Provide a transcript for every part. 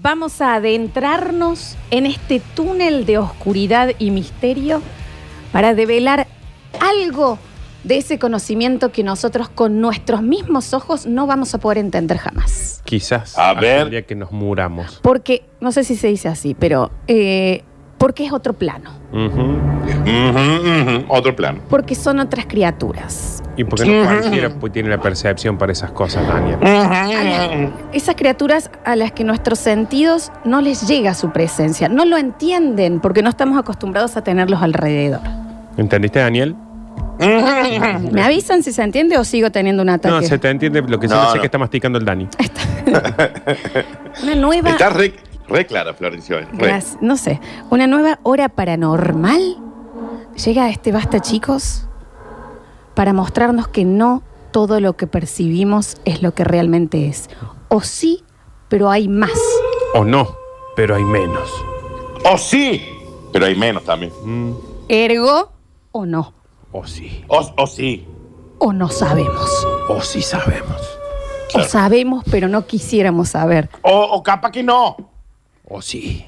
Vamos a adentrarnos en este túnel de oscuridad y misterio para develar algo de ese conocimiento que nosotros con nuestros mismos ojos no vamos a poder entender jamás. Quizás. A hasta ver. El día que nos muramos. Porque, no sé si se dice así, pero eh, porque es otro plano, Ujú. Ujú, ujú, Otro plano. porque son otras criaturas. Y porque no Ujú. cualquiera pues, tiene la percepción para esas cosas, Daniel. Esas criaturas a las que nuestros sentidos no les llega su presencia, no lo entienden porque no estamos acostumbrados a tenerlos alrededor. ¿Entendiste, Daniel? ¿Me avisan si se entiende o sigo teniendo un ataque? Ah, No, se te entiende lo que sí No, no sé no. que está masticando el Dani. Una nueva. Está re, re clara, Florencio. eh, re. Gracias. No sé, una nueva hora paranormal llega a este basta, chicos, para mostrarnos que no todo lo que percibimos es lo que realmente es. O sí, pero hay más. O no, pero hay menos. ¡Oh, sí! Pero hay menos también. Mm, Ergo, o no. O sí. ¡Oh, oh, sí! O no sabemos. O sí sabemos. O sabemos, pero no quisiéramos saber. O, o capaz que no. O sí.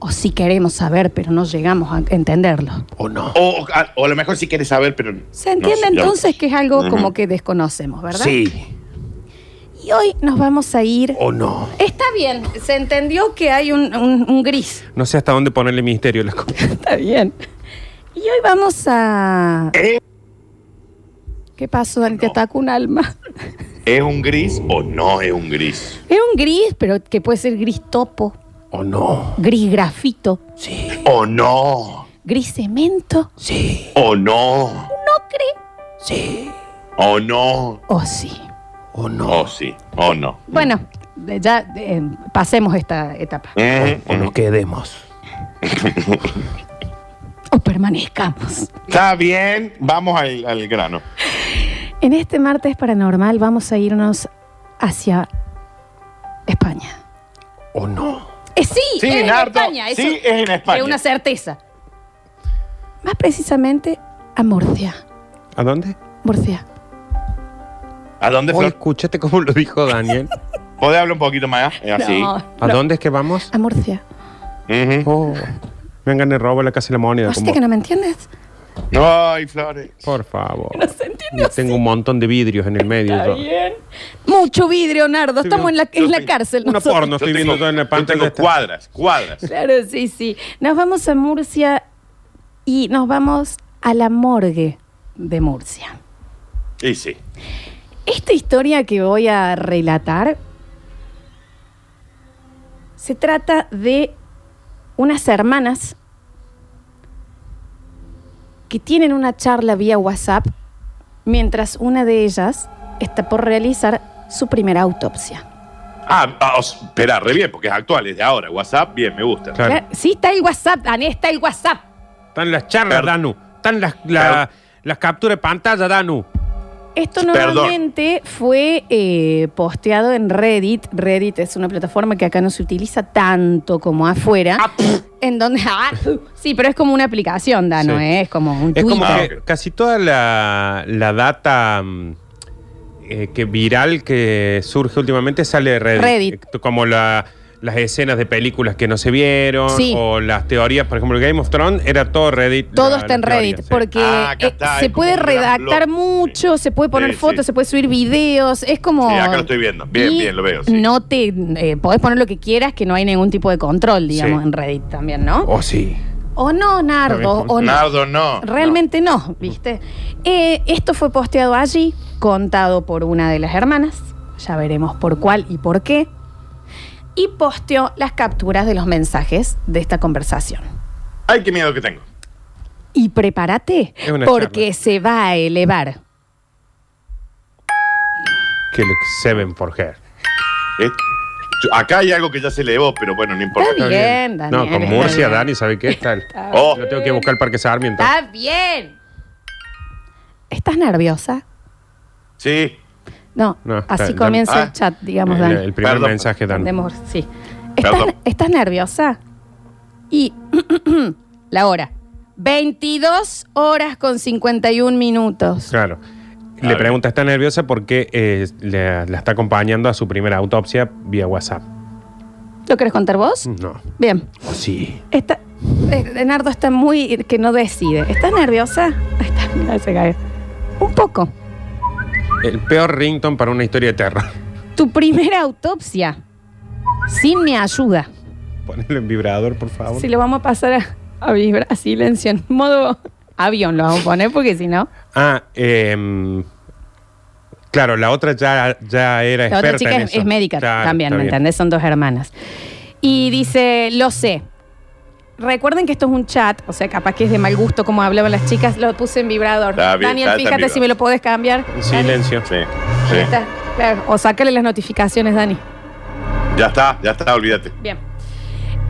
O sí queremos saber, pero no llegamos a entenderlo. O no. O, o a- o a lo mejor sí quieres saber, pero. Se entiende no sé, yo- entonces que es algo como Ujú. que desconocemos, ¿verdad? Sí. Y hoy nos vamos a ir O no. Está bien, se entendió que hay un, un- un gris. No sé hasta dónde ponerle misterio a las cosas. Está bien. Y hoy vamos a. ¿Qué pasó, Dani? Te atacó un alma. ¿Es un gris o no es un gris? Es un gris, pero que puede ser gris topo, O no. gris grafito, Sí. ¿O no? gris cemento. Sí. ¿O no? ¿No cree? Sí. ¿O no? O sí. O no. Oh, sí. ¿O no? Bueno, de- ya eh, pasemos esta etapa. Mm, O nos quedemos. O permanezcamos. Está bien, vamos al, al grano. En este martes paranormal vamos a irnos hacia España. O no. Eh, sí, Sí, es en Nardo, España. eso- sí, es en España. Es una certeza. Más precisamente a Murcia. ¿A dónde? Murcia. ¿A dónde, Hoy Flor? escuchaste cómo lo dijo Daniel. ¿Podés hablar un poquito más? eh? Así. No, ¿A no. Ah. dónde es que vamos? A Murcia. Ujú. Oh, vengan y robo la casa de la moneda. ¿Viste como- que no me entiendes? Ay, Flores. Por favor. No se entiende así. Tengo un montón de vidrios en el medio. Está yo. bien. Mucho vidrio, Nardo. Estamos en la, en la cárcel. Una nosotros. porno estoy Yo viendo tengo- todo en este. la yo pantalla. tengo esta. cuadras, cuadras. Claro, sí, sí. Nos vamos a Murcia y nos vamos a la morgue de Murcia. Y sí. Esta historia que voy a relatar se trata de unas hermanas que tienen una charla vía WhatsApp mientras una de ellas está por realizar su primera autopsia. Ah, ah, os- espera, re bien, porque es actual, es de ahora. WhatsApp, bien, me gusta. Claro. Claro, Sí, está el WhatsApp, Dani, está el WhatsApp. Están las charlas, Per- Danu. Están las, la- las capturas de pantalla, Danu. Esto Perdón. normalmente fue eh, posteado en Reddit. Reddit es una plataforma que acá no se utiliza tanto como afuera. Ah, En donde. ah, sí, pero es como una aplicación, Dano, Sí. ¿eh? es como un Es Twitter. como Ah, que ok. casi toda la, la data mm, eh, que viral que surge últimamente sale de Reddit. Reddit. Eh, Como la- las escenas de películas que no se vieron Sí. o las teorías. Por ejemplo, Game of Thrones era todo Reddit. Todo la- está en la teoría, Reddit, sí. porque Ah, acá eh, está, se es como puede un gran redactar blog. mucho, se puede poner Sí, fotos, sí. se puede subir videos, es como... Sí, acá lo estoy viendo. Bien, Y bien, lo veo, sí. No te... eh, podés poner lo que quieras, que no hay ningún tipo de control, digamos, Sí. en Reddit también, ¿no? Oh, sí. O no, Nardo, Está bien, o no. Nardo, no. Realmente no, ¿viste? Eh, esto fue posteado allí, contado por una de las hermanas, ya veremos por cuál y por qué, y posteó las capturas de los mensajes de esta conversación. no. Ay, qué miedo que tengo. Y prepárate, Es una porque charla. se va a elevar. Que lo que Seven for Her. Eh, yo- acá hay algo que ya se elevó, pero bueno, no importa. Está bien, Daniel. No, con está Murcia, bien. Dani, ¿sabe qué? Está el- Está Oh. Lo tengo que buscar el Parque Sarmiento. Está bien. ¿Estás nerviosa? Sí. No, No, está- así ya- comienza el ah, chat, digamos, el, Dani. el primer Perdón. mensaje, De Dani. Mor- sí. ¿Estás, Perdón. estás nerviosa? Y la hora. 22 horas con 51 minutos. Claro. A le ver. pregunta, ¿está nerviosa? Porque eh, le- la está acompañando a su primera autopsia vía WhatsApp. ¿Lo querés contar vos? No. Bien. Oh, sí. Está, eh, Leonardo está muy. que no decide. ¿Estás nerviosa? Ahí está, mira, se cae. Un poco. El peor rington para una historia de terror. Tu primera autopsia. Sin mi ayuda. Ponelo en vibrador, por favor. Si lo vamos a pasar a, a vibra, a silencio, en modo avión lo vamos a poner, porque si no. Ah, em, claro, la otra ya, ya era La experta otra chica en es, eso. es médica Claro, también, está ¿me bien. entendés? Son dos hermanas. Y dice, lo sé. Recuerden que esto es un chat, o sea, capaz que es de mal gusto como hablaban las chicas, lo puse en vibrador. Está bien, Daniel, está- está en fíjate si vibrador. me lo podés cambiar. Dani, Silencio. Sí, ahí sí. está, claro. O sácale las notificaciones, Dani. Ya está, ya está, olvídate. Bien.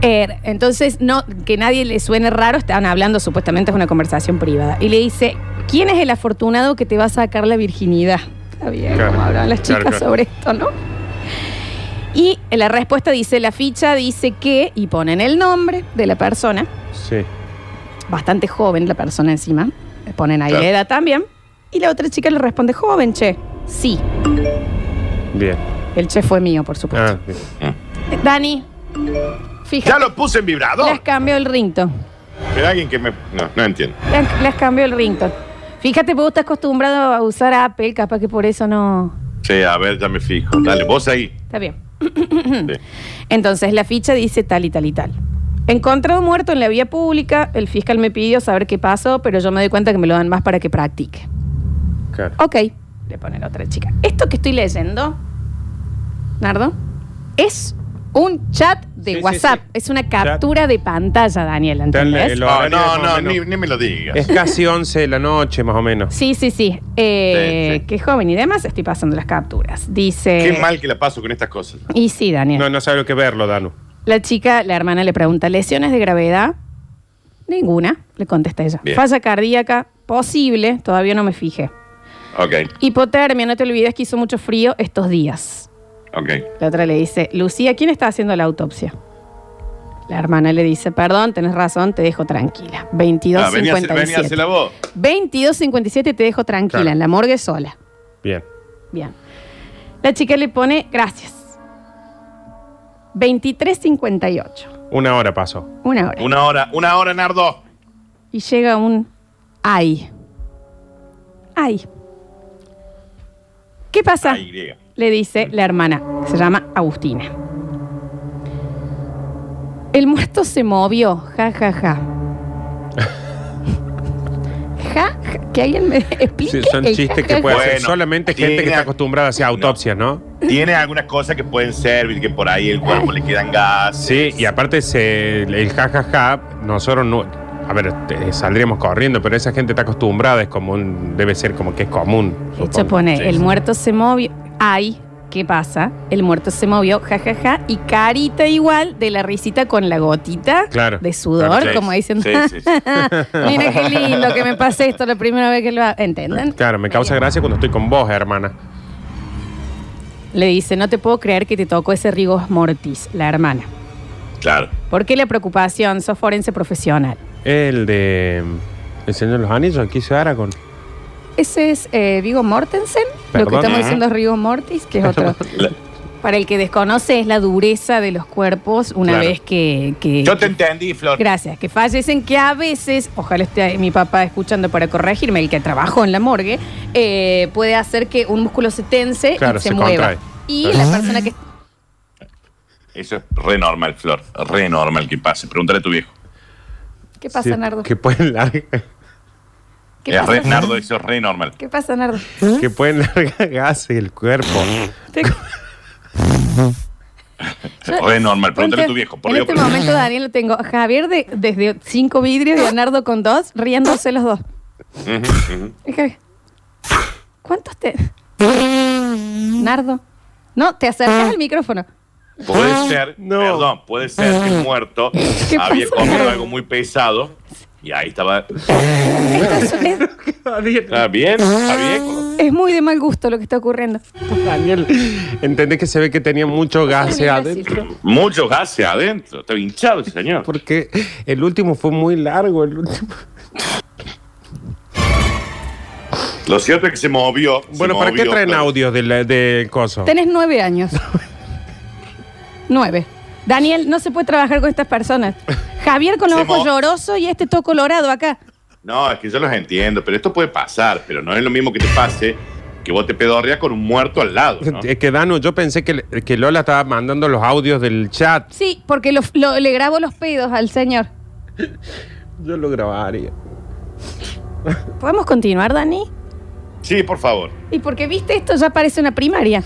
Eh, entonces, no, que nadie le suene raro, estaban hablando, supuestamente es una conversación privada. Y le dice, ¿quién es el afortunado que te va a sacar la virginidad? Está bien, Claro, como hablaban las chicas claro, claro. sobre esto, ¿no? Y la respuesta dice, la ficha dice que, y ponen el nombre de la persona, Sí. bastante joven la persona encima, le ponen ahí Claro. la edad también, y la otra chica le responde, joven, che, sí, Bien. el che fue mío, por supuesto. Ah, bien. Eh, Dani, fíjate, Ya lo puse en le vibrador. has cambiado el rington. Pero alguien que me. No, no entiendo. Les, les cambió el rington. Fíjate, vos estás acostumbrado a usar Apple, capaz que por eso no. Sí, a ver, ya me fijo. Dale, vos ahí. Está bien. Sí. Entonces la ficha dice tal y tal y tal. Encontrado muerto en la vía pública, el fiscal me pidió saber qué pasó, pero yo me doy cuenta que me lo dan más para que practique. Claro. Ok, le pone la otra chica. Esto que estoy leyendo, Nardo, es un chat de Sí, sí, WhatsApp. sí. Es una captura de pantalla, Daniel, Dale, ¿entendés? lo- Ah, No, no, Más o no, menos. ni, ni me lo digas. Es casi 11 de la noche, más o menos. Sí, sí, sí. Eh, Sí, sí. Qué joven y demás, estoy pasando las capturas. Dice... Qué mal que la paso con estas cosas. Y sí, Daniel. No, no sabe lo que verlo, Danu. La chica, la hermana le pregunta, ¿lesiones de gravedad? Ninguna, le contesta ella. Bien. Falla cardíaca, posible, todavía no me fijé. Ok, Hipotermia, no te olvides que hizo mucho frío estos días. ok. La otra le dice, Lucía, ¿quién está haciendo la autopsia? La hermana le dice, perdón, tenés razón, te dejo tranquila. Ah, vení, a hacer- vení a 22.57. hacer la voz. 22.57 te dejo tranquila, Claro. en la morgue sola. Bien. Bien. La chica le pone, gracias. 23.58. Una hora pasó. Una hora. Una hora, una hora, Nardo. Y llega un ay. Ay. ¿Qué pasa? Ay, griega. Le dice la hermana. que Se llama Agustina. El muerto se movió. Ja, ja, ja. ja, ja. Que alguien me explique. Sí, son el chistes ja, que ja, puede ja. hacer Bueno, solamente gente que tiene- está acostumbrada a hacer autopsias, ¿no? Tiene algunas cosas que pueden servir, que por ahí el cuerpo le quedan gas. Sí, y aparte se, el jajaja, nosotros no. A ver, te- saldríamos corriendo, pero esa gente está acostumbrada, es común, debe ser como que es común. Esto supongo. pone, Sí, el sí. muerto se movió. Ay, ¿qué pasa? El muerto se movió, jajaja, y carita igual de la risita con la gotita Claro. de sudor, Claro, sí, como dicen. sí, sí, sí. Mira qué lindo que me pase esto la primera vez que lo ha- ¿Entienden? Claro, me causa gracia cuando estoy con vos, hermana. Le dice, no te puedo creer que te tocó ese rigor mortis, la hermana. Claro. ¿Por qué la preocupación? Sos forense profesional. El de. El Señor de los Anillos, aquí se Aragorn. Ese es eh, Vigo Mortensen, lo que Perdón. estamos Ajá. diciendo es rigor mortis, que es otro. La- Para el que desconoce, es la dureza de los cuerpos una Claro. vez que, que- Yo te entendí, Flor. Gracias, que fallecen, que a veces, ojalá esté mi papá escuchando para corregirme, el que trabajó en la morgue, eh, puede hacer que un músculo se tense Claro, y se, se mueva. contrae. Y Claro. la persona que... Eso es re normal, Flor. Re normal que pase. Pregúntale a tu viejo. ¿Qué pasa, Sí, Nardo? ¿Eh? Que pueden, largar, ¿Qué Es pasa, re- Nardo, eso es re normal. ¿Qué pasa, Nardo? que pueden largar gases del cuerpo. Te- Re normal. Pregúntale a tu Ponte- viejo. Por en Dios, este pregúntale. momento, Daniel, lo tengo a Javier de- desde cinco vidrios y a Nardo con dos, riéndose los dos. Y Javier, ¿Cuántos te...? Nardo, no, te acercas al micrófono. Puede ser, Ah, No. perdón, puede ser que el muerto ¿Qué había pasa? comido algo muy pesado y ahí estaba. Esto es- es, ¿Está bien? ¿Está bien? es muy de mal gusto lo que está ocurriendo. Daniel, entendés que se ve que tenía mucho gas Imbécil. adentro. Mucho gases adentro. Está hinchado ese señor. Porque el último fue muy largo, el último. Lo cierto es que se movió. se Bueno, ¿para qué movió, traen pero- audios del del coso? Tenés nueve años. nueve. Daniel, no se puede trabajar con estas personas. Javier con los Se ojos mo- llorosos y este todo colorado acá. No, es que yo los entiendo, pero esto puede pasar, pero no es lo mismo que te pase que vos te pedorreas con un muerto al lado. ¿no? Es eh, que Danu, yo pensé que, que Lola estaba mandando los audios del chat. Sí, porque lo- lo- le grabo los pedos al señor. Yo lo grabaría. ¿Podemos continuar, Dani? Sí, por favor. Y porque viste esto ya parece una primaria.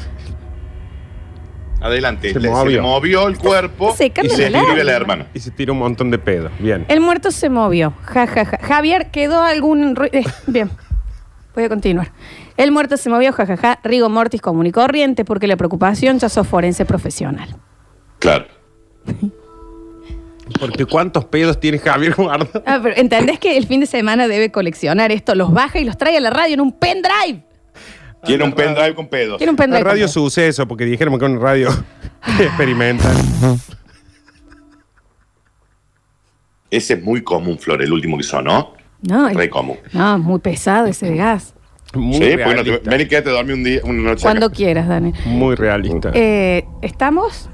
Adelante. Se Le- Se, movió. le movió el cuerpo Se cambia y se la escribe la lágrima. hermana. Y se tira un montón de pedo. Bien. El muerto se movió. Ja, ja, ja. Javier, ¿quedó algún ruido? bien, voy a continuar. El muerto se movió, ja, ja, ja. Rigo Mortis común y corriente porque la preocupación ya sos forense profesional. Claro. Porque ¿cuántos pedos tiene Javier guardado? Ah, pero ¿entendés que el fin de semana debe coleccionar esto? Los baja y los trae a la radio en un pendrive. Tiene un pendrive con pedos. Tiene un pendrive. La radio completo. suceso, porque dijeron que es una radio que experimenta. Ese es muy común, Flor, el último que sonó. No, el- Re común. no, muy pesado ese de gas. Muy sí, pues no te- realista. ven y quédate a dormir un día, una noche. Cuando acá. quieras, Dani. Muy realista. Eh, ¿Estamos?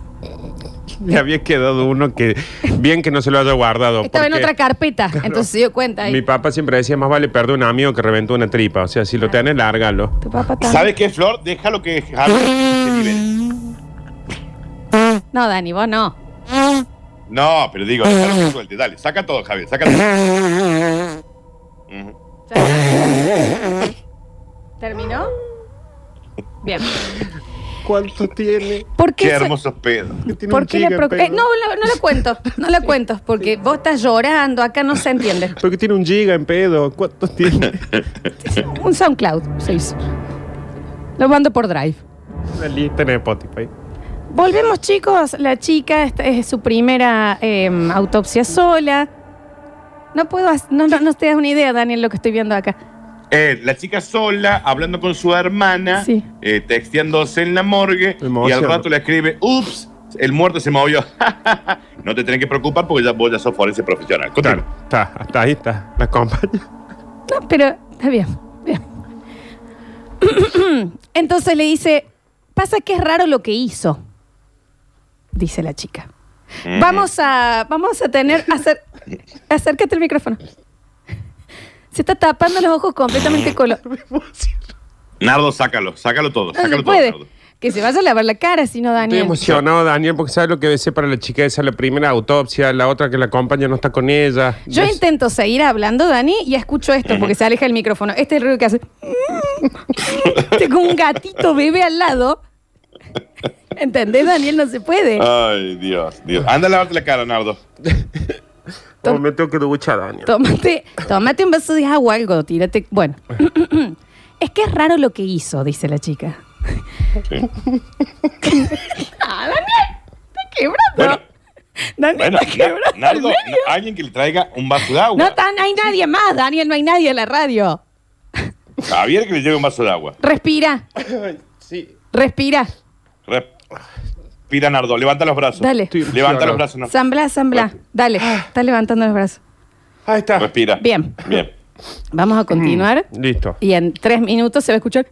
Le había quedado uno que, bien que no se lo haya guardado. Estaba en porque otra carpeta, entonces se dio cuenta. ahí. Mi papá siempre decía, más vale perder un amigo que reventó una tripa. O sea, si Ah. lo tenés, lárgalo. Tu papá también. ¿Sabes qué, Flor? Déjalo que Javier se libere. No, Dani, vos no. No, pero digo, déjalo que suelte. Dale, saca todo, Javier, saca todo. Ujú. ¿Terminó? Bien. ¿Cuánto tiene? ¿Por qué, Qué eso- hermosos pedos. ¿por qué la pro- eh, no, la- no la cuento, no la cuento, porque vos estás llorando, acá no se entiende. Porque tiene un giga en pedo. ¿Cuánto tiene? Un SoundCloud se hizo. Lo mando por Drive. Una lista en Spotify. Volvemos, chicos. La chica esta es su primera eh, autopsia sola. No puedo, hac- no, no, no te das una idea, Daniel, lo que estoy viendo acá. Eh, la chica sola, hablando con su hermana, Sí. eh, texteándose en la morgue, Me emociono. y al rato le escribe, ups, el muerto se movió. no te tenés que preocupar porque ya, vos ya sos forense profesional. Claro, Claro. está, hasta ahí está. La compañía. No, pero está bien, bien. Entonces le dice, pasa que es raro lo que hizo, dice la chica. Vamos a, vamos a tener, hacer, acércate el micrófono. Se está tapando los ojos completamente con los... Nardo, sácalo, sácalo todo, No sácalo se todo, puede. Nardo. Que se vaya a lavar la cara, si no, Estoy Daniel. emocionado, Daniel, porque sabes lo que desea para la chica esa, la primera autopsia, la otra que la acompaña no está con ella. Yo No sé. intento seguir hablando, Dani, y escucho esto porque se aleja el micrófono. Este es el ruido que hace. Tengo un gatito bebé al lado. ¿Entendés, Daniel? No se puede. Ay, Dios, Dios. Anda a lavarte la cara, Nardo. Oh, me tengo que duchar, Daniel. Tómate, tómate un vaso de agua, algo, tírate. Bueno. Es que es raro lo que hizo, dice la chica. Sí. Ah, Daniel, está quebrando. Bueno. Daniel Bueno, está quebrando. Na- Nardo, al medio. na- alguien que le traiga un vaso de agua. no tan- hay nadie más, Daniel, no hay nadie en la radio. Javier que le lleve un vaso de agua. Respira, Sí. respira. Respira, Nardo, levanta los brazos. Dale. Estoy Levanta emocionado. los brazos, Nardo. Zambla, zambla. Dale, Ah. está levantando los brazos. Ahí está. Respira. Bien. Bien. Mm. Vamos a continuar. Listo. Y en tres minutos se va a escuchar.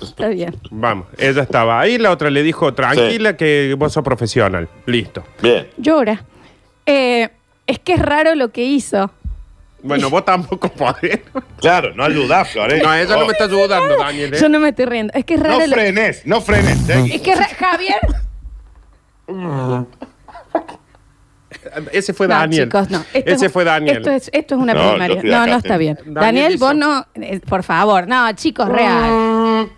Está bien. Vamos, ella estaba ahí, la otra le dijo, tranquila, que vos sos profesional. Listo. Bien. Llora. Eh, es que es raro lo que hizo. Bueno, vos tampoco podés. Claro, no ayudás, Flor. ¿eh? No, ella no Oh. me está ayudando, Daniel. ¿eh? Yo no me estoy riendo. Es que es raro No lo frenes, no frenes. ¿eh? seguí. Es que es ra- Javier. Ese fue No, Daniel. chicos, no. Esto Ese es- fue Daniel. Esto es, esto es una No, yo primaria. estoy No, acá, no está sí. bien. Daniel Daniel, hizo- vos no. eh, por favor. No, chicos, real.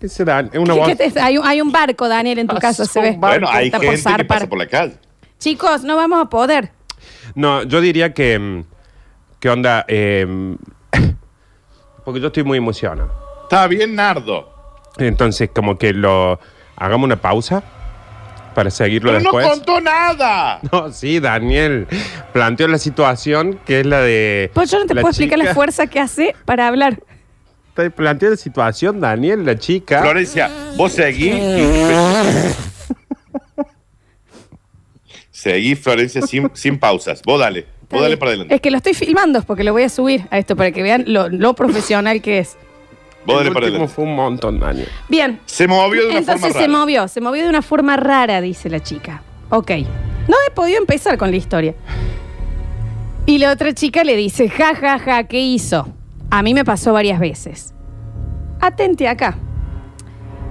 Ese Dan- es una Sí, voz. que te- hay, un, hay un barco, Daniel, en tu Pasó casa, se Ah, un ve. barco. Bueno, hay Está por gente que zarpar. pasa por la calle. Chicos, no vamos a poder. No, yo diría que. mm, ¿Qué onda? Em, porque yo estoy muy emocionado. Está bien, Nardo. Entonces, como que lo. Hagamos una pausa para seguirlo Pero no después. contó nada. No, sí, Daniel planteó la situación que es la de. Pues yo no te la puedo explicar la chica- fuerza que hace para hablar. Está- Planteó la situación, Daniel, la chica. Florencia, vos seguí. seguí, Florencia, sin, sin pausas. Vos dale. Vos dale para adelante. Es que lo estoy filmando porque lo voy a subir a esto para que vean lo, lo profesional que es. Vos El dale para último adelante. fue un montón, Daniel. Bien. Se movió de una Entonces forma se rara. movió, se movió de una forma rara, dice la chica. Ok. No he podido empezar con la historia. Y la otra chica le dice, ja, ja, ja, ¿qué hizo? A mí me pasó varias veces. Atente acá.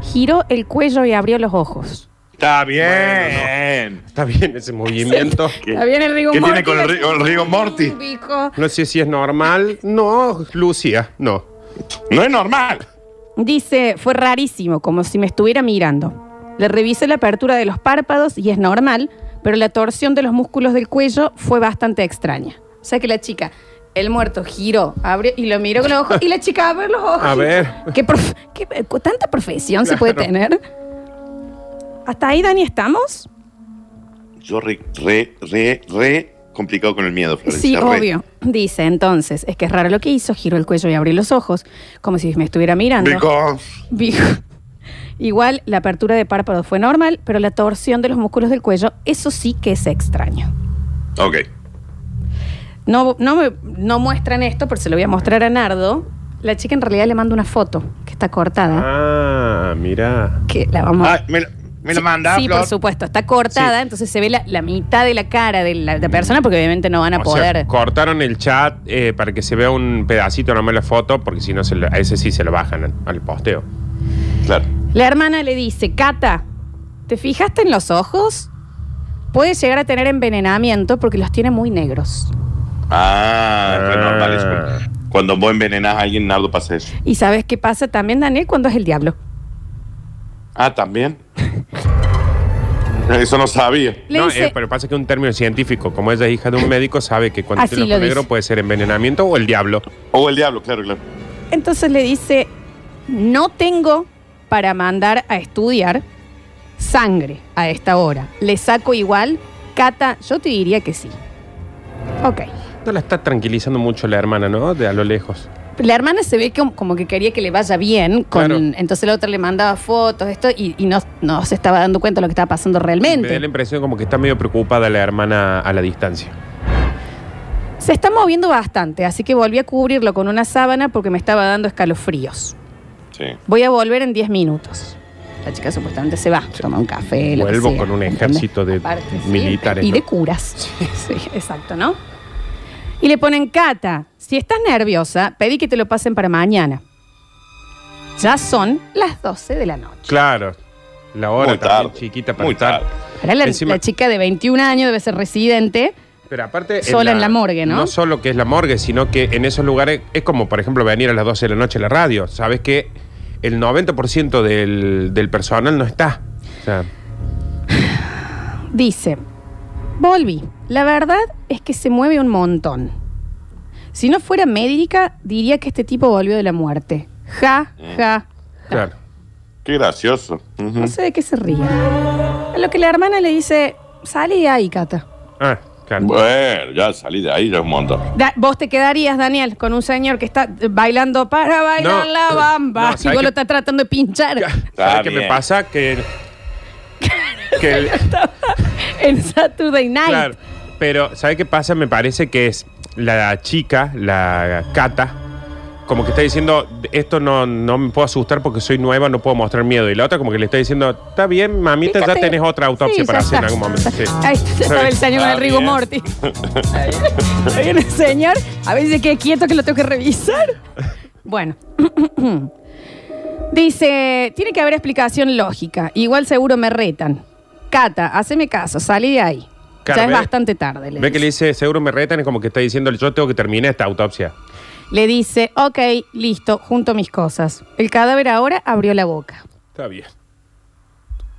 Giró el cuello y abrió los ojos. Está bien. Está bien ese movimiento. ¿Qué- Está bien el Rigo ¿Qué Mortis. tiene con el, Rigo- el Rigo Mortis? Dijo- No sé si es normal. No, Lucía, no. No es normal. Dice, fue rarísimo, como si me estuviera mirando. Le revisé la apertura de los párpados y es normal, pero la torsión de los músculos del cuello fue bastante extraña. O sea que la chica, el muerto giró, abrió y lo miró con los ojos y la chica abrió los ojos. A ver. ¿Qué, prof- qué- cu- tanta profesión se puede Claro. tener? ¿Hasta ahí, Dani, estamos? Yo re, re, re, re complicado con el miedo, Florencia. Sí, re. obvio. Dice, entonces, es que es raro lo que hizo, giró el cuello y abrió los ojos, como si me estuviera mirando. Rico. Dijo. Igual la apertura de párpado fue normal, pero la torsión de los músculos del cuello, eso sí que es extraño. Ok. No, no, me- no muestran esto, pero se lo voy a mostrar a Nardo. La chica en realidad le manda una foto que está cortada. Ah, mira. Que la vamos a- Ay, me, lo- me lo Sí, manda, Sí, Flor. por supuesto, está cortada, entonces se ve la, la mitad de la cara de la, de la persona, porque obviamente no van a O sea, poder. cortaron el chat eh, para que se vea un pedacito nomás la foto, porque si no, se lo- a ese sí se lo bajan al, al posteo. Claro. La hermana le dice, Cata, ¿te fijaste en los ojos? Puede llegar a tener envenenamiento porque los tiene muy negros. Ah, es re Ah. normal eso. Cuando vos envenenás a alguien, Nardo pasa eso. ¿Y sabes qué pasa también, Daniel, cuando es el diablo? Ah, también. Eso no sabía. Le no, dice- eh, pero pasa que un término científico, como ella es hija de un médico, sabe que cuando Así tiene el lo ojo negro dice. puede ser envenenamiento o el diablo. O el diablo, claro, claro. Entonces le dice, no tengo para mandar a estudiar sangre a esta hora. ¿Le saco igual? Cata, yo te diría que sí. Ok. No la está tranquilizando mucho la hermana, ¿no? De a lo lejos. La hermana se ve que, como que quería que le vaya bien, con, Claro. entonces la otra le mandaba fotos, esto, y, y no, no se estaba dando cuenta de lo que estaba pasando Me da la realmente. impresión como que está medio preocupada la hermana a la distancia. Se está moviendo bastante, así que volví a cubrirlo con una sábana porque me estaba dando escalofríos. Sí. Voy a volver en 10 minutos. La chica supuestamente se va, toma un café. lo que Vuelvo sea, con un ¿entendés? ejército de sí, militares, y ¿no? de curas. Sí, exacto, ¿no? Y le ponen, Cata, si estás nerviosa, pedí que te lo pasen para mañana. Ya son las 12 de la noche. Claro. La hora Muy también tarde. chiquita para Muy estar. tarde. Ahora la, Encima- la chica de 21 años debe ser residente. Pero aparte. Sola en la morgue, ¿no? No solo que es la morgue, sino que en esos lugares es como, por ejemplo, venir a las 12 de la noche a la radio. Sabes que el 90% del, del personal no está. O sea, Dice, volví. La verdad es que se mueve un montón. Si no fuera médica, diría que este tipo volvió de la muerte. Ja, Mm. ja, claro. Qué gracioso. Ujú. No sé de qué se ríe. A lo que la hermana le dice, sale de ahí, Cata. Ah, claro. Bueno, ya salí de ahí, ya es un montón. Da- vos te quedarías, Daniel, con un señor que está eh, bailando para bailar No, la eh, bamba. no, y ¿sabes vos qué? lo estás tratando de pinchar ¿Sabes Está qué me bien. pasa? Que. que el- en Saturday Night. Claro, pero ¿sabe qué pasa? Me parece que es la chica, la cata, como que está diciendo, esto no, no me puedo asustar porque soy nueva, no puedo mostrar miedo. Y la otra como que le está diciendo, está bien, mamita, Fíjate. ya tenés otra autopsia Sí, para ya hacer en está. algún momento. Sí. Ahí estaba el señor con el Está Rigo bien. Mortis. Está bien. Está bien el señor. A veces queda quieto que lo tengo que revisar. Bueno. Dice, tiene que haber explicación lógica. Igual seguro me retan. Cata, haceme caso, salí de ahí. Claro, ya es ve- bastante tarde. le Ve que le dice, seguro me retan, es como que está diciendo, yo tengo que terminar esta autopsia. Le dice, ok, listo, junto mis cosas. El cadáver ahora abrió la boca. Está bien.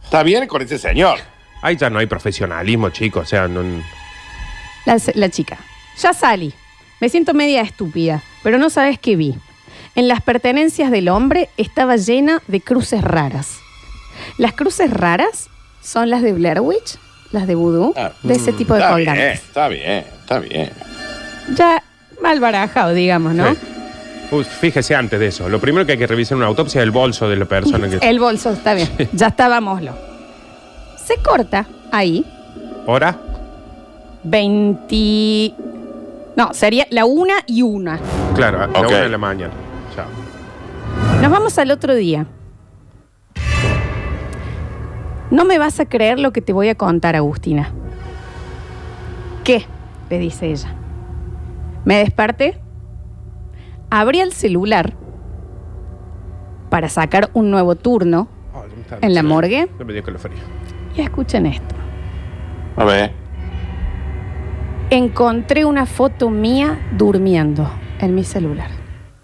Está bien con ese señor. Ahí ya no hay profesionalismo, chicos. O sea, no- La, la chica, ya salí. Me siento media estúpida, pero no sabes qué vi. En las pertenencias del hombre estaba llena de cruces raras. Las cruces raras son las de Blair Witch, las de vudú, Ah, de ese tipo de Está bien, colgantes. está bien, está bien. Ya mal barajado, digamos, ¿no? Sí. Uy, fíjese antes de eso. Lo primero que hay que revisar en una autopsia es el bolso de la persona que... El bolso, está bien. Ya estábamoslo. Se corta ahí ¿Hora? 20. No, sería la una y una. Claro, a la Ok. una de la mañana. Chao. Nos vamos al otro día. No me vas a creer lo que te voy a contar, Agustina. ¿Qué? le dice ella. Me desperté, abrí el celular para sacar un nuevo turno Ah, ya me está- en la morgue No me dio escalofrío. y escuchen esto. A ver. Encontré una foto mía durmiendo en mi celular.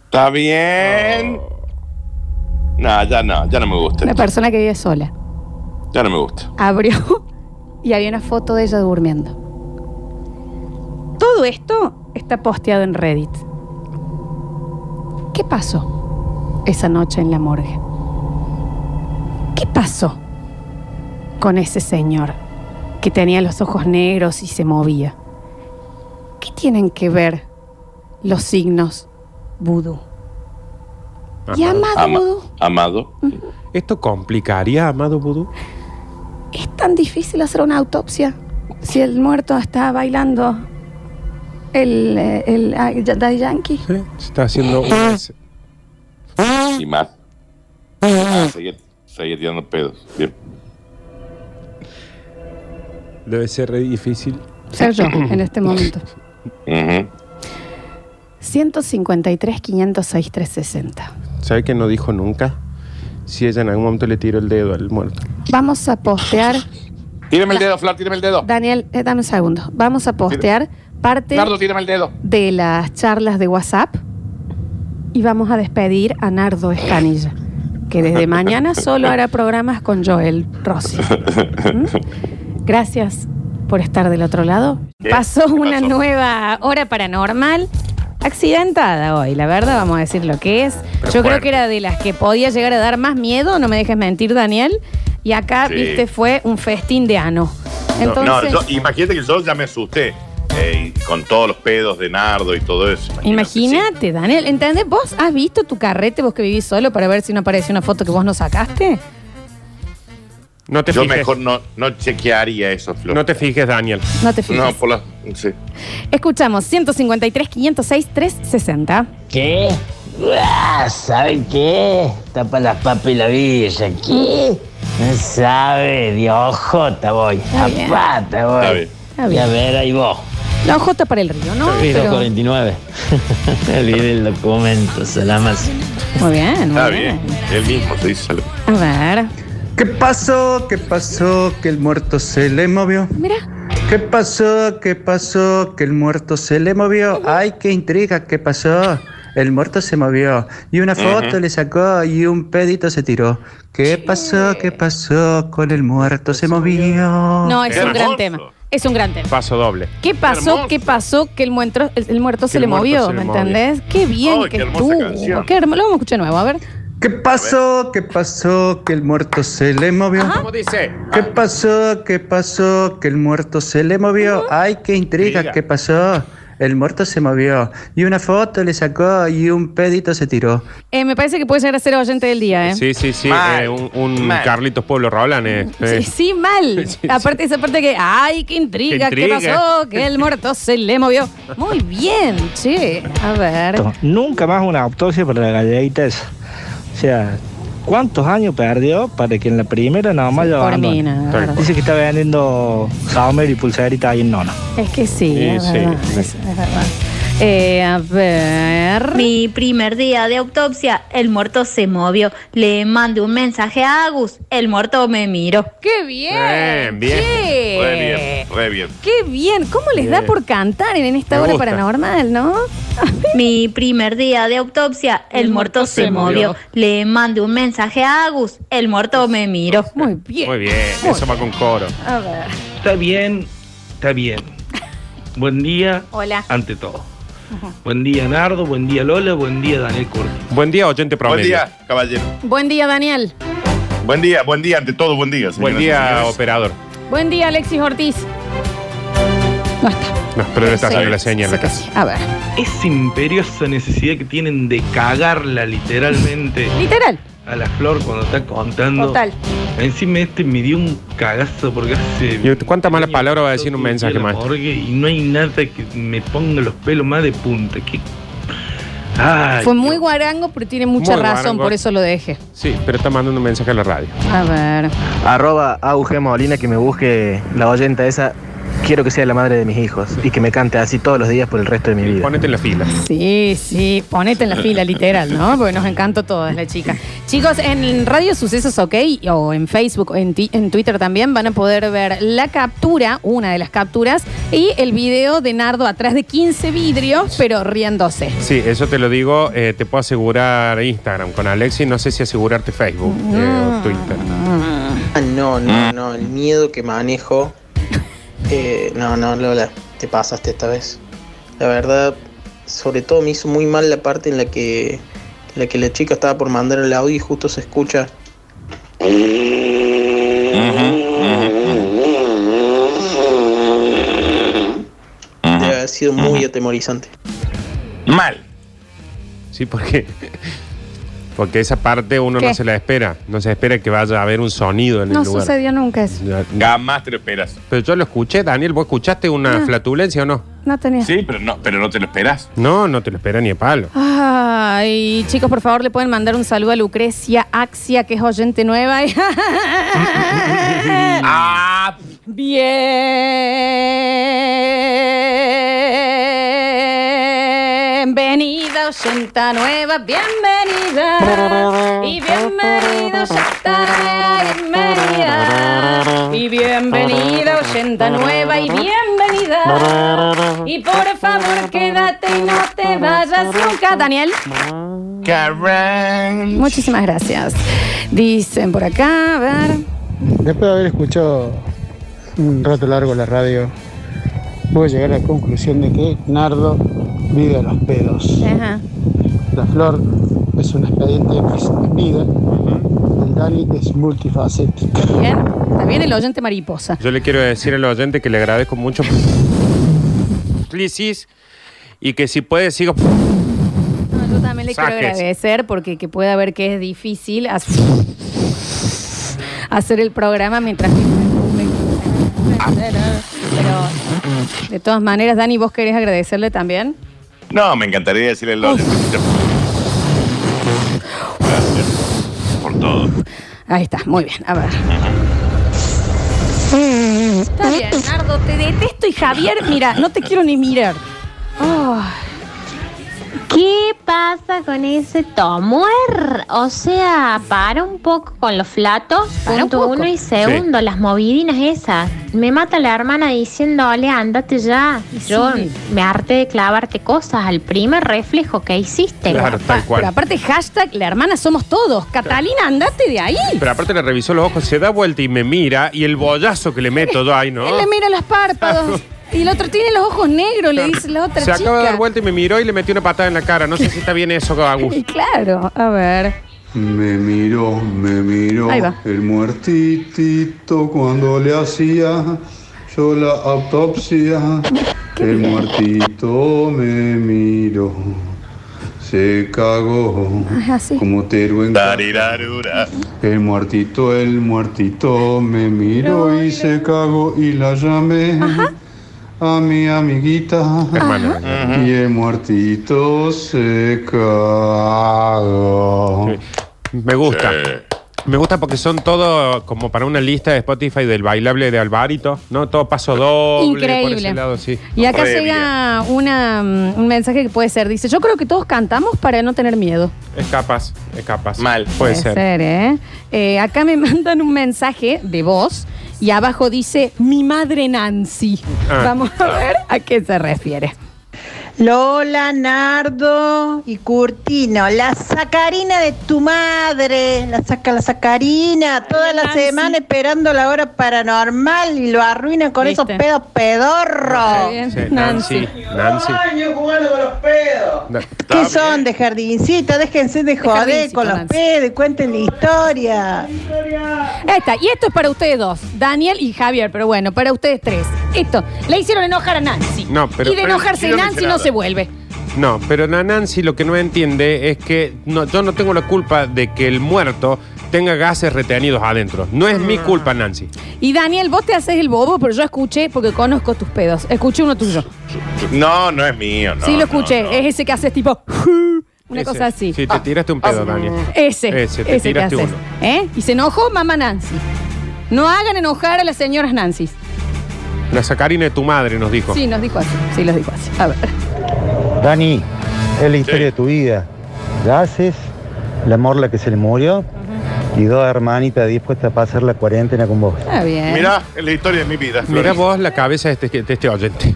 Está bien. Oh. No, ya no, ya no me gusta. Una persona que vive sola. Ya no me gusta. abrió y había una foto de ella durmiendo. Todo esto está posteado en Reddit. ¿Qué pasó esa noche en la morgue? ¿Qué pasó con ese señor que tenía los ojos negros y se movía? ¿Qué tienen que ver los signos vudú? Y Amado. amado Ama- vudú, amado. ¿Esto complicaría, amado vudú? es tan difícil hacer una autopsia si el muerto está bailando el, eh, el, ah, el Daddy Yankee. Sí, ¿Eh? se está haciendo Ah. un... Y más. Ah, seguía, seguía tirando pedos. Bien. Debe ser re difícil. Ser yo en este momento. Ujú. 153, 506, 360. ¿Sabe que no dijo nunca? Si ella en algún momento le tiró el dedo al muerto. Vamos a postear, Tírame el dedo, Flor, tírame el dedo. Daniel, eh, dame un segundo. Vamos a postear parte Nardo, tírame el dedo. de las charlas de WhatsApp y vamos a despedir a Nardo Escanilla, que desde mañana solo hará programas con Joel Rossi. ¿Mm? Gracias por estar del otro lado. Bien, Pasó ¿qué una pasó? nueva hora paranormal. Accidentada hoy, la verdad, vamos a decir lo que es. Pero Yo creo fuerte. que era de las que podía llegar a dar más miedo, no me dejes mentir, Daniel. Y acá, Sí. viste, fue un festín de ano. No, Entonces, yo- imagínate que yo ya me asusté. eh, y con todos los pedos de Nardo y todo eso. Imagínate, Daniel, ¿entendés? ¿Vos has visto tu carrete, vos que vivís solo, para ver si no aparece una foto que vos no sacaste? No te sí. Yo fijes. mejor no, no chequearía eso, Flor. No te fijes, Daniel. No te fijes. No, por la. Sí. Escuchamos, 153, 506, 360. ¿Qué? Uah, ¿Saben qué? Tapa las papas y la villa. ¿Qué? No sabe, de ojota voy. Está bien. Apata Está voy. bien. Está Y a bien. ver, ahí vos. La ojota para el río, ¿no? Piso Pero- 49. Me olvidé el documento, salamas. Muy bien, muy Ah. Está bien. bien. Él mismo se dice. algo. A ver, ¿Qué pasó? ¿Qué pasó? Que el muerto se le movió. mira, ¿Qué pasó? ¿Qué pasó? Que el muerto se le movió. Ay, qué intriga, ¿qué pasó? El muerto se movió y una foto le sacó y un pedito se tiró. ¿Qué pasó? ¿Qué pasó? Con el muerto Pues se movió. no, es Qué un gran hermoso. tema. Es un gran tema. Paso doble. ¿Qué pasó? hermoso. ¿Qué pasó? Que el muerto, el, el muerto se el le muerto movió, se ¿me le movió. entendés? Qué bien Ay, que qué hermosa estuvo. canción. Qué hermo- Lo vamos a escuchar de nuevo, a ver. ¿Qué pasó? ¿Qué pasó? Que el muerto se le movió. ¿Cómo dice? ¿Qué pasó? ¿Qué pasó? Que el muerto se le movió. Ay, qué intriga, Intriga. ¿qué pasó? El muerto se movió. Y una foto le sacó y un pedito se tiró. Eh, me parece que puede llegar a ser oyente del día, ¿eh? Sí, sí, sí. Mal. eh, un un Mal. Carlitos Pueblo Roland. eh, eh. Sí, sí, mal. Sí, sí. Aparte, esa parte que, ay, qué intriga, qué, Qué intriga. pasó, que el muerto se le movió. Muy bien, che. A ver. Nunca más una autopsia para la galleguita esa. O sea, ¿cuántos años perdió para que en la primera nada más lo Por mí, abandone? no, la Tal verdad. Dice que está vendiendo Homer y pulseritas ahí en Nona. Es que sí, Sí, es, sí. verdad, es- es verdad. Eh, a ver. Mi primer día de autopsia, el muerto se movió. Le mandé un mensaje a Agus, el muerto me miró. ¡Qué bien! Bien, bien. che. Re bien, re bien. ¡Qué bien! ¿Cómo les da Bien. por cantar en esta Me hora gusta. paranormal, no? Mi primer día de autopsia, el, muerto, se, movió. Le mandé un mensaje a Agus, el muerto me miró. Muy bien. Muy bien. Muy Eso va con coro. A ver. Está bien, está bien. Buen día Hola. ante todo. Buen día Nardo, buen día Lola, buen día Daniel Curti. Buen día, oyente promedio. Buen día, caballero. Buen día, Daniel. Buen día, buen día, ante todo, buen día. Buen señoras y día, señores. operador. Buen día, Alexis Ortiz. No está. No, pero le está Sí, haciendo la seña en sí la que casa. sí. A ver. Esa imperiosa necesidad que tienen de cagarla literalmente Literal. a la flor cuando está contando. Total. Encima este me dio un cagazo porque hace... ¿Y cuántas malas años palabras va a decir que un yo mensaje fui a la más? morgue Y no hay nada que me ponga los pelos más de punta. ¿Qué? Ay, Fue muy guarango, pero tiene mucha Muy razón, guarango. por eso lo dejé. Sí, pero está mandando un mensaje a la radio. A ver. Arroba Auge Molina que me busque la oyenta esa. Quiero que sea la madre de mis hijos y que me cante así todos los días por el resto de mi vida. Ponete en la fila. Sí, sí, ponete en la fila, literal, ¿no? Porque nos encantó todas la chica. Chicos, en Radio Sucesos OK o en Facebook, en, ti- en Twitter también, van a poder ver la captura, una de las capturas, y el video de Nardo atrás de 15 vidrios, pero riéndose. Sí, eso te lo digo. eh, te puedo asegurar Instagram con Alexi. No sé si asegurarte Facebook eh, Mm. o Twitter. Ah, No, no, no, el miedo que manejo. eh, no, no, Lola, te pasaste esta vez. La verdad, sobre todo me hizo muy mal la parte en la que, en la, que la chica estaba por mandar el audio y justo se escucha. Debe haber sido muy atemorizante. Mal. Sí, porque. Porque esa parte uno ¿Qué? no se la espera. No se espera que vaya a haber un sonido en el No lugar. sucedió nunca eso. Ya- Jamás te lo esperas. Pero yo lo escuché, Daniel. ¿Vos escuchaste una Ah. flatulencia o no? No tenía. Sí, pero no, pero no te lo esperas. No, no te lo espera ni a palo. Ay, chicos, por favor, le pueden mandar un saludo a Lucrecia Axia, que es oyente nueva. Ah, Bienvenida, oyenta nueva, bienvenida. Y bienvenido, oyenta nueva, bienvenida. Y bienvenida, oyenta nueva, y bienvenida. Y por favor, quédate y no te vayas nunca, Daniel. Karen. Muchísimas gracias. Dicen por acá, a ver. Después de haber escuchado un rato largo la radio, voy a llegar a la conclusión de que Nardo vive a los pedos. La flor es un expediente de vida. El Dani es multifacética. Bien. También el oyente mariposa. Yo le quiero decir a los oyentes que le agradezco mucho. Lisis. Y que si puede, sigo. No, yo también le quiero Saques. agradecer porque que pueda ver que es difícil hacer, hacer el programa mientras... Pero de todas maneras, Dani, ¿vos querés agradecerle también? No, me encantaría decirle el Lola. Gracias por todo. Ahí está, muy bien, a ver. Está bien, Nardo, te detesto y Javier, mira, no te quiero ni mirar. Oh, ¿Qué pasa con ese tomuer? O sea, para un poco con los flatos, Para un punto poco. uno, y segundo, las movidinas esas. Me mata la hermana diciéndole, andate ya. Y Yo sí. me harté de clavarte cosas al primer reflejo que hiciste. Claro, tal pero cual. aparte, hashtag, la hermana somos todos. Catalina, andate de ahí. Pero aparte le revisó los ojos, se da vuelta y me mira. Y el bollazo que le meto yo ahí, ¿no? Él le mira los párpados. Y el otro tiene los ojos negros, le dice la otra Se chica. acaba de dar vuelta y me miró y le metió una patada en la cara. No sé si está bien eso, Agus. Y claro, a ver. Me miró, me miró Ahí va. el muertitito cuando le hacía yo la autopsia. El muertito me miró, se cagó Es así. como tero en ca- Tarirarura. El muertito, el muertito me miró y se cagó y la llamé a mi amiguita. Hermana. Y el muertito se cagó. Me gusta. Eh, Me gusta porque son todo como para una lista de Spotify del bailable de Alvarito, ¿no? Todo paso doble. Por Increíble. ese lado, sí. Y acá Re llega una, mm, un mensaje que puede ser. Dice, yo creo que todos cantamos para no tener miedo. Es capaz, es capaz. Mal. Puede ser. ¿eh? Eh, acá me mandan un mensaje de voz y abajo dice, mi madre Nancy. Ah. Vamos a ver a qué se refiere. Lola, Nardo y Curtino, la sacarina de tu madre, la saca la sacarina, toda la Nancy. semana esperando la hora paranormal y lo arruina con ¿Viste? esos pedos Está pedorros. bien, Sí, Nancy. Nancy. Na- ¿Qué son de jardincito? Déjense de joder jardincito, con los Nancy. pedos y cuenten la historia. Ahí está. Y esto es para ustedes dos, Daniel y Javier, pero bueno, para ustedes tres. Esto, le hicieron enojar a Nancy. No, pero- y de pero enojarse yo no Nancy hice no nada. se vuelve. No, pero la Nancy lo que no entiende es que no- yo no tengo la culpa de que el muerto tenga gases retenidos adentro. No es mi culpa, Nancy. Y Daniel, vos te haces el bobo, pero yo escuché porque conozco tus pedos. Escuché uno tuyo. No, no es mío. No, sí, lo no, escuché. no. Es ese que haces tipo. Una cosa así. Ah. Sí, te tiraste un pedo, Daniel. Ese. Ese, te ese que tiraste haces. uno. ¿Eh? Y se enojó mamá Nancy. No hagan enojar a las señoras Nancy. La sacarina de tu madre nos dijo. Sí, nos dijo así. Sí, los dijo así. A ver. Dani, es la historia de tu vida. La haces, la morla que se le murió y dos hermanitas dispuestas a pasar la cuarentena con vos. Está bien. Mirá, es la historia de mi vida. Mira Florencia. vos la cabeza de este, de este oyente.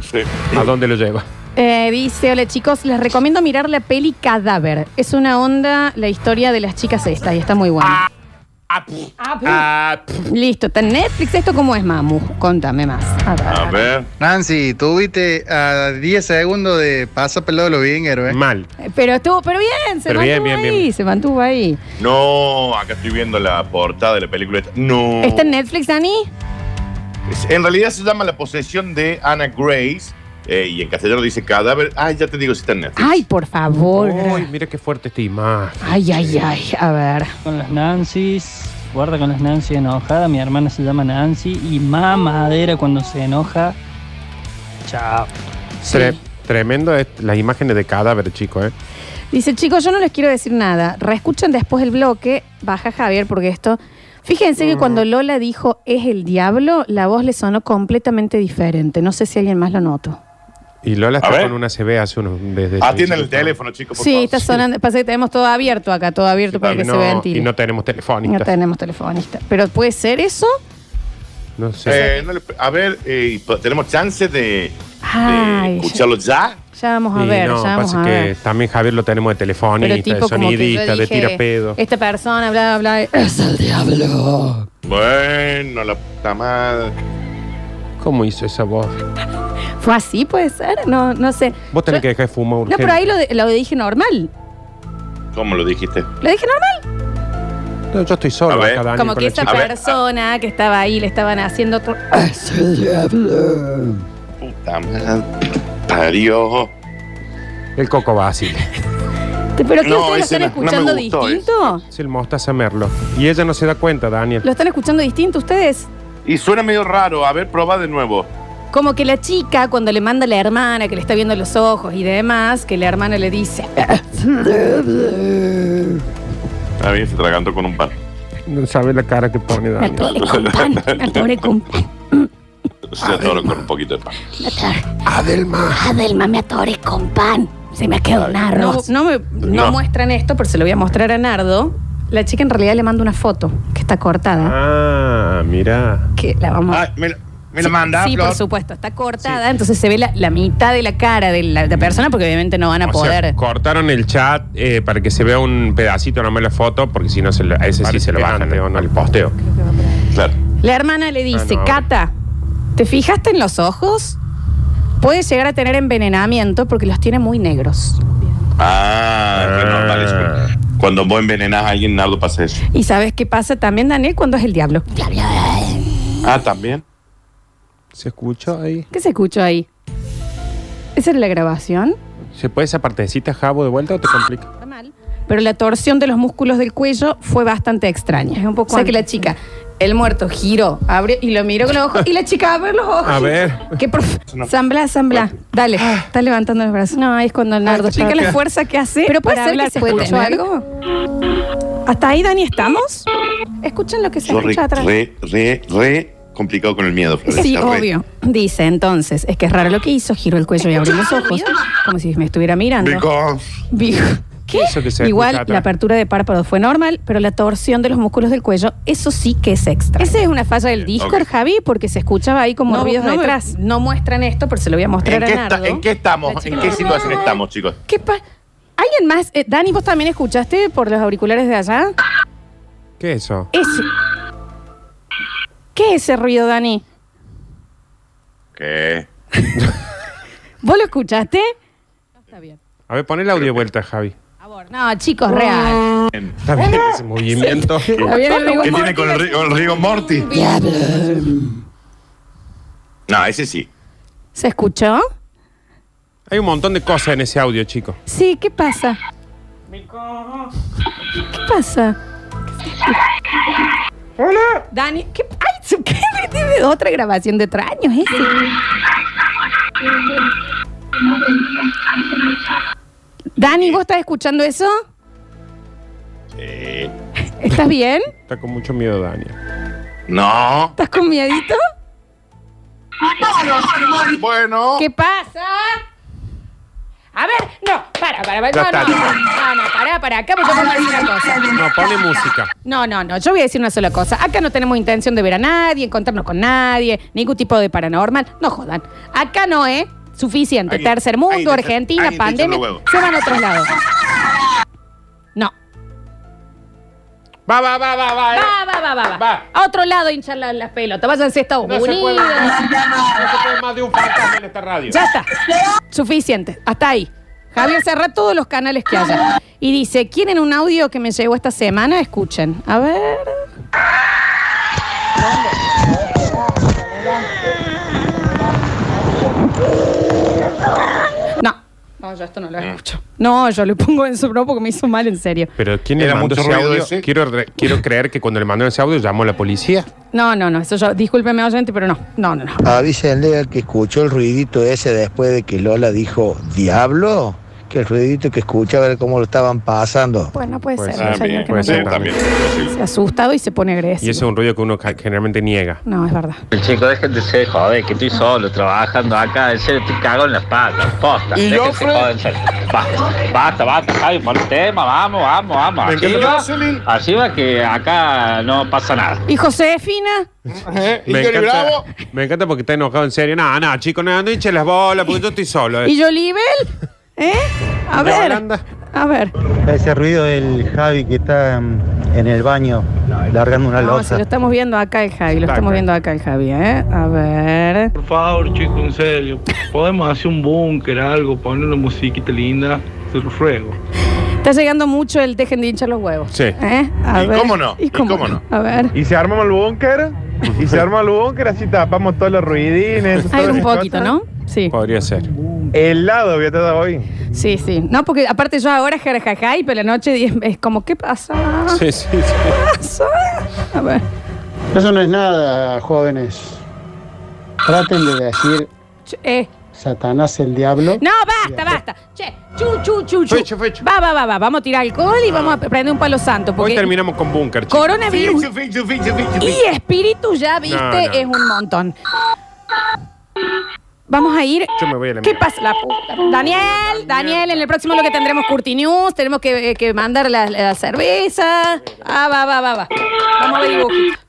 ¿A dónde lo lleva? Eh, dice, hola chicos, les recomiendo mirar la peli Cadáver. Es una onda, la historia de las chicas esta y está muy Ah, buena. Ah, Listo, está en Netflix. ¿Esto cómo es, Mamu? Contame más. A ver. A ver. Nancy, tuviste a 10 segundos de pasa pelado lo bien, héroe. Mm. Mal. Eh, Pero estuvo, pero bien, se Pero bien, mantuvo bien, ahí, bien. se mantuvo ahí. No, acá estoy viendo la portada de la película. esta. No. ¿Está en Netflix, Dani? Es- En realidad se llama La posesión de Anna Grace. eh, y en castellano dice cadáver. Ay, ya te digo si está en Netflix. Ay, por favor. Uy, mira qué fuerte esta imagen. Ay, ay, ay. A ver. Con las Nancy's, guarda con las Nancy enojada. Mi hermana se llama Nancy y mamadera cuando se enoja. Chao. Tre- tremendo es las imágenes de cadáver, chico, ¿eh? Dice, chicos, yo no les quiero decir nada. Reescuchen después el bloque. Baja Javier, porque esto. Fíjense Mm. que cuando Lola dijo es el diablo, la voz le sonó completamente diferente. No sé si alguien más lo notó. Y Lola A está ver. con una CB hace unos. Desde Atienden Ah, el teléfono, chicos. por Sí, favor. está sonando. Pasa que tenemos todo abierto acá, todo abierto para ah, Y que no- se y ventile. no tenemos No telefónicas. tenemos telefonista. Pero puede ser eso. No Eh, no le- a ver, eh, ¿tenemos chance de Ay, ya, escucharlo ya? ya vamos a Y ver, no, ya vamos pasa a que ver. también Javier lo tenemos de telefonista, Pero tipo de como que yo sonidista, de dije, tirapedo. Esta persona, bla, bla, bla. Es el diablo. Bueno, la puta madre. ¿Cómo hizo esa voz? ¿Fue así, puede ser? No, no sé. Vos tenés que dejar de fumar No, urgente. pero ahí lo, de- lo dije normal. ¿Cómo lo dijiste? ¿Lo dije normal? No, yo estoy solo acá, Dani, Como Ah, con que la esa chica. persona que estaba ahí le estaban haciendo otro... Puta madre. Parió. El Coco Basile. ¿Pero qué ustedes lo están escuchando distinto? Es el Mostaza Merlo. Y ella no se da cuenta, Daniel. ¿Lo están escuchando distinto ustedes? Y suena medio raro. A ver, probá de nuevo. Como que la chica, cuando le manda a la hermana, que le está viendo los ojos y demás, que la hermana le dice... "Ah, A ver, se tragantó con un pan. No sabe la cara que Me pone Daniel. atoré con pan, me atoré con pan. Se atoró con un poquito de pan. Adelma. Adelma, me atoré con pan. Se me quedó un arroz. No, no me, no No. muestran esto, pero se lo voy a mostrar a Nardo. La chica en realidad le manda una foto que está cortada. Ah, mira. Que la vamos Ah, a. me, Sí, Sí, por supuesto, está cortada, entonces se ve la, la mitad de la cara de la, de persona porque obviamente no van a O sea, poder. cortaron el chat eh, para que se vea un pedacito nomás la foto, porque si no, se lo- a ese sí se lo bajan eh, al posteo. Claro. La hermana le dice, Ah, no. Cata, ¿te fijaste en los ojos? Puede llegar a tener envenenamiento porque los tiene muy negros. Ah, es re normal eso. Cuando vos envenenás a alguien, Nardo pasa eso. ¿Y sabes qué pasa también, Daniel, cuando es el diablo? Ah, también. ¿Se escuchó ahí? ¿Qué se escuchó ahí? ¿Esa era la grabación? ¿Se puede esa partecita, Jabo, de vuelta o te complica? Pero la torsión de los músculos del cuello fue bastante extraña. Es un poco. O sea que la chica, el muerto giró, abrió y lo miró con los ojos y la chica abre los ojos. A ver. Qué prof... Zambla, zambla. Dale, Ah. está levantando los brazos. No, ahí es cuando el nardo. Chica, chica. la fuerza que hace. Pero puede para ser que hablar, se ¿se escuchó escuchó algo. ¿Hasta ahí, Dani, estamos? Escuchen lo que se Yo re, escucha atrás. re, re, re complicado con el miedo, Florencia. Sí, re. obvio. Dice entonces, es que es raro lo que hizo, giró el cuello y abrió los ojos, como si me estuviera mirando. Because- Dijo- ¿Qué? Eso que se escucha Igual atrás. la apertura de párpado fue normal, pero la torsión de los músculos del cuello, eso sí que es extra. Esa es una falla del Discord, ok. Javi, porque se escuchaba ahí como No, ruidos no me- detrás. No muestran esto, pero se lo voy a mostrar ¿En a qué, esta- Nardo. en qué estamos? ¿En qué situación estamos, chicos? ¿Qué pa- ¿Alguien más? Eh, Dani, ¿vos también escuchaste por los auriculares de allá? ¿Qué es eso? Ese. ¿Qué es ese ruido, Dani? ¿Qué? ¿Vos lo escuchaste? A ver, pon el audio de vuelta, Javi. No, chicos, real. Está bien ese movimiento. Está bien el Rigor ¿Qué Mortis. tiene con el, ri- con el Rigor Mortis? No, ese sí. ¿Se escuchó? Hay un montón de cosas en ese audio, chico. Sí, ¿qué pasa? ¿Qué pasa? Hola. Dani, ¿qué? Ay, su- ¿qué? Tiene otra grabación de otro año, ese. Dani, Dani, ¿vos estás escuchando eso? Sí. ¿Estás bien? Está con mucho miedo, Dani. No. ¿Estás con miedito? Bueno. ¿Qué pasa? A ver, no, para, para, para. Ya No, está. no, no, no, para, para, acá porque yo voy a decir una cosa. No, pone música. No, no, no, yo voy a decir una sola cosa. Acá no tenemos intención de ver a nadie, encontrarnos con nadie, ningún tipo de paranormal. No jodan. Acá no, ¿eh? Suficiente. Alguien- Tercer mundo, alguien te- Argentina, alguien te hinchó pandemia. los huevos. Se van a otros lados. No. Va, va, va, va, eh. va. Va, va, va, va. va. A otro lado hinchar la- las pelotas. Váyanse a Estados No se Unidos. puede más. No se puede más de un fantasma en esta radio. Ya está. Suficiente. Hasta ahí. Javier, cerra todos los canales que haya. Y dice, ¿quieren un audio que me llegó esta semana? Escuchen. A ver. No. No, yo esto no lo Mm. escucho. No, yo le pongo en su no porque me hizo mal, en serio. Pero ¿quién le Era mandó mucho ese ruido audio? ese. Quiero, re- quiero creer que cuando le mandó ese audio llamó a la policía. No, no, no. Eso yo, discúlpeme, oyente, pero no. No, no, no. Avísenle al que escuchó el ruidito ese después de que Lola dijo, diablo, que el ruidito que escucha a ver cómo lo estaban pasando. Bueno, Pues puede, Puede ser. ser. un señor que Puede no ser tiene- también. Se ha asustado y se pone agresivo. Y ese es un ruido que uno ca- generalmente niega. No, es verdad. El chico, déjense de joder, que estoy solo trabajando acá, en serio, estoy cagado en las patas, posta. ¿Y déjense Joffre? joder, en serio. Basta, basta, basta, Javi, por el tema, vamos, vamos, vamos. Me encanta Arriba, Jocelyn. arriba que acá no pasa nada. ¿Y Josefina? ¿Y Johnny Bravo? me encanta porque está enojado en serio. No, no, chico, no, no hinches las bolas porque yo estoy solo. eh. ¿Y Jolibel? ¿Eh? A ¿Y la ver. baranda? A ver. Ese ruido del Javi que está mm, en el baño largando una No, si losa. lo estamos viendo acá el Javi, lo Está estamos acá. viendo acá el Javi, ¿eh? A ver. Por favor, chicos, en serio. Podemos hacer un búnker, algo, poner una musiquita linda. Se lo ruego. Está llegando mucho el dejen de hinchar los huevos. Sí. ¿Eh? A ¿Y ver. cómo no? ¿Y cómo, no? A ver. Y se arma el búnker. Y se arma el búnker, así tapamos todos los ruidines. Hay todas un esas poquito, cosas. ¿no? Sí. Podría ser. Helado voy a estar hoy. Sí, sí. No, porque aparte yo ahora jarajajá y pero la noche es- es como, ¿qué pasa? Sí, sí, sí. ¿Qué pasa? A ver. Eso no es nada, jóvenes. Traten de decir Ch- Eh. Satanás el diablo. No, basta, basta. Che, chu, chu, chu, chu. Va, va, va, va. Vamos a tirar alcohol y vamos a prender un palo santo. Porque Hoy terminamos con Bunker, chicos. Coronavirus y espíritu ya, viste, No, no. es un montón. Vamos a ir. Yo me voy a la ¿Qué mierda. pasa? La puta. Daniel, Daniel, en el próximo lo que tendremos Curti News, tenemos que, eh, que mandar la, la cerveza. Ah, va, va, va, va. Vamos a ver dibujitos.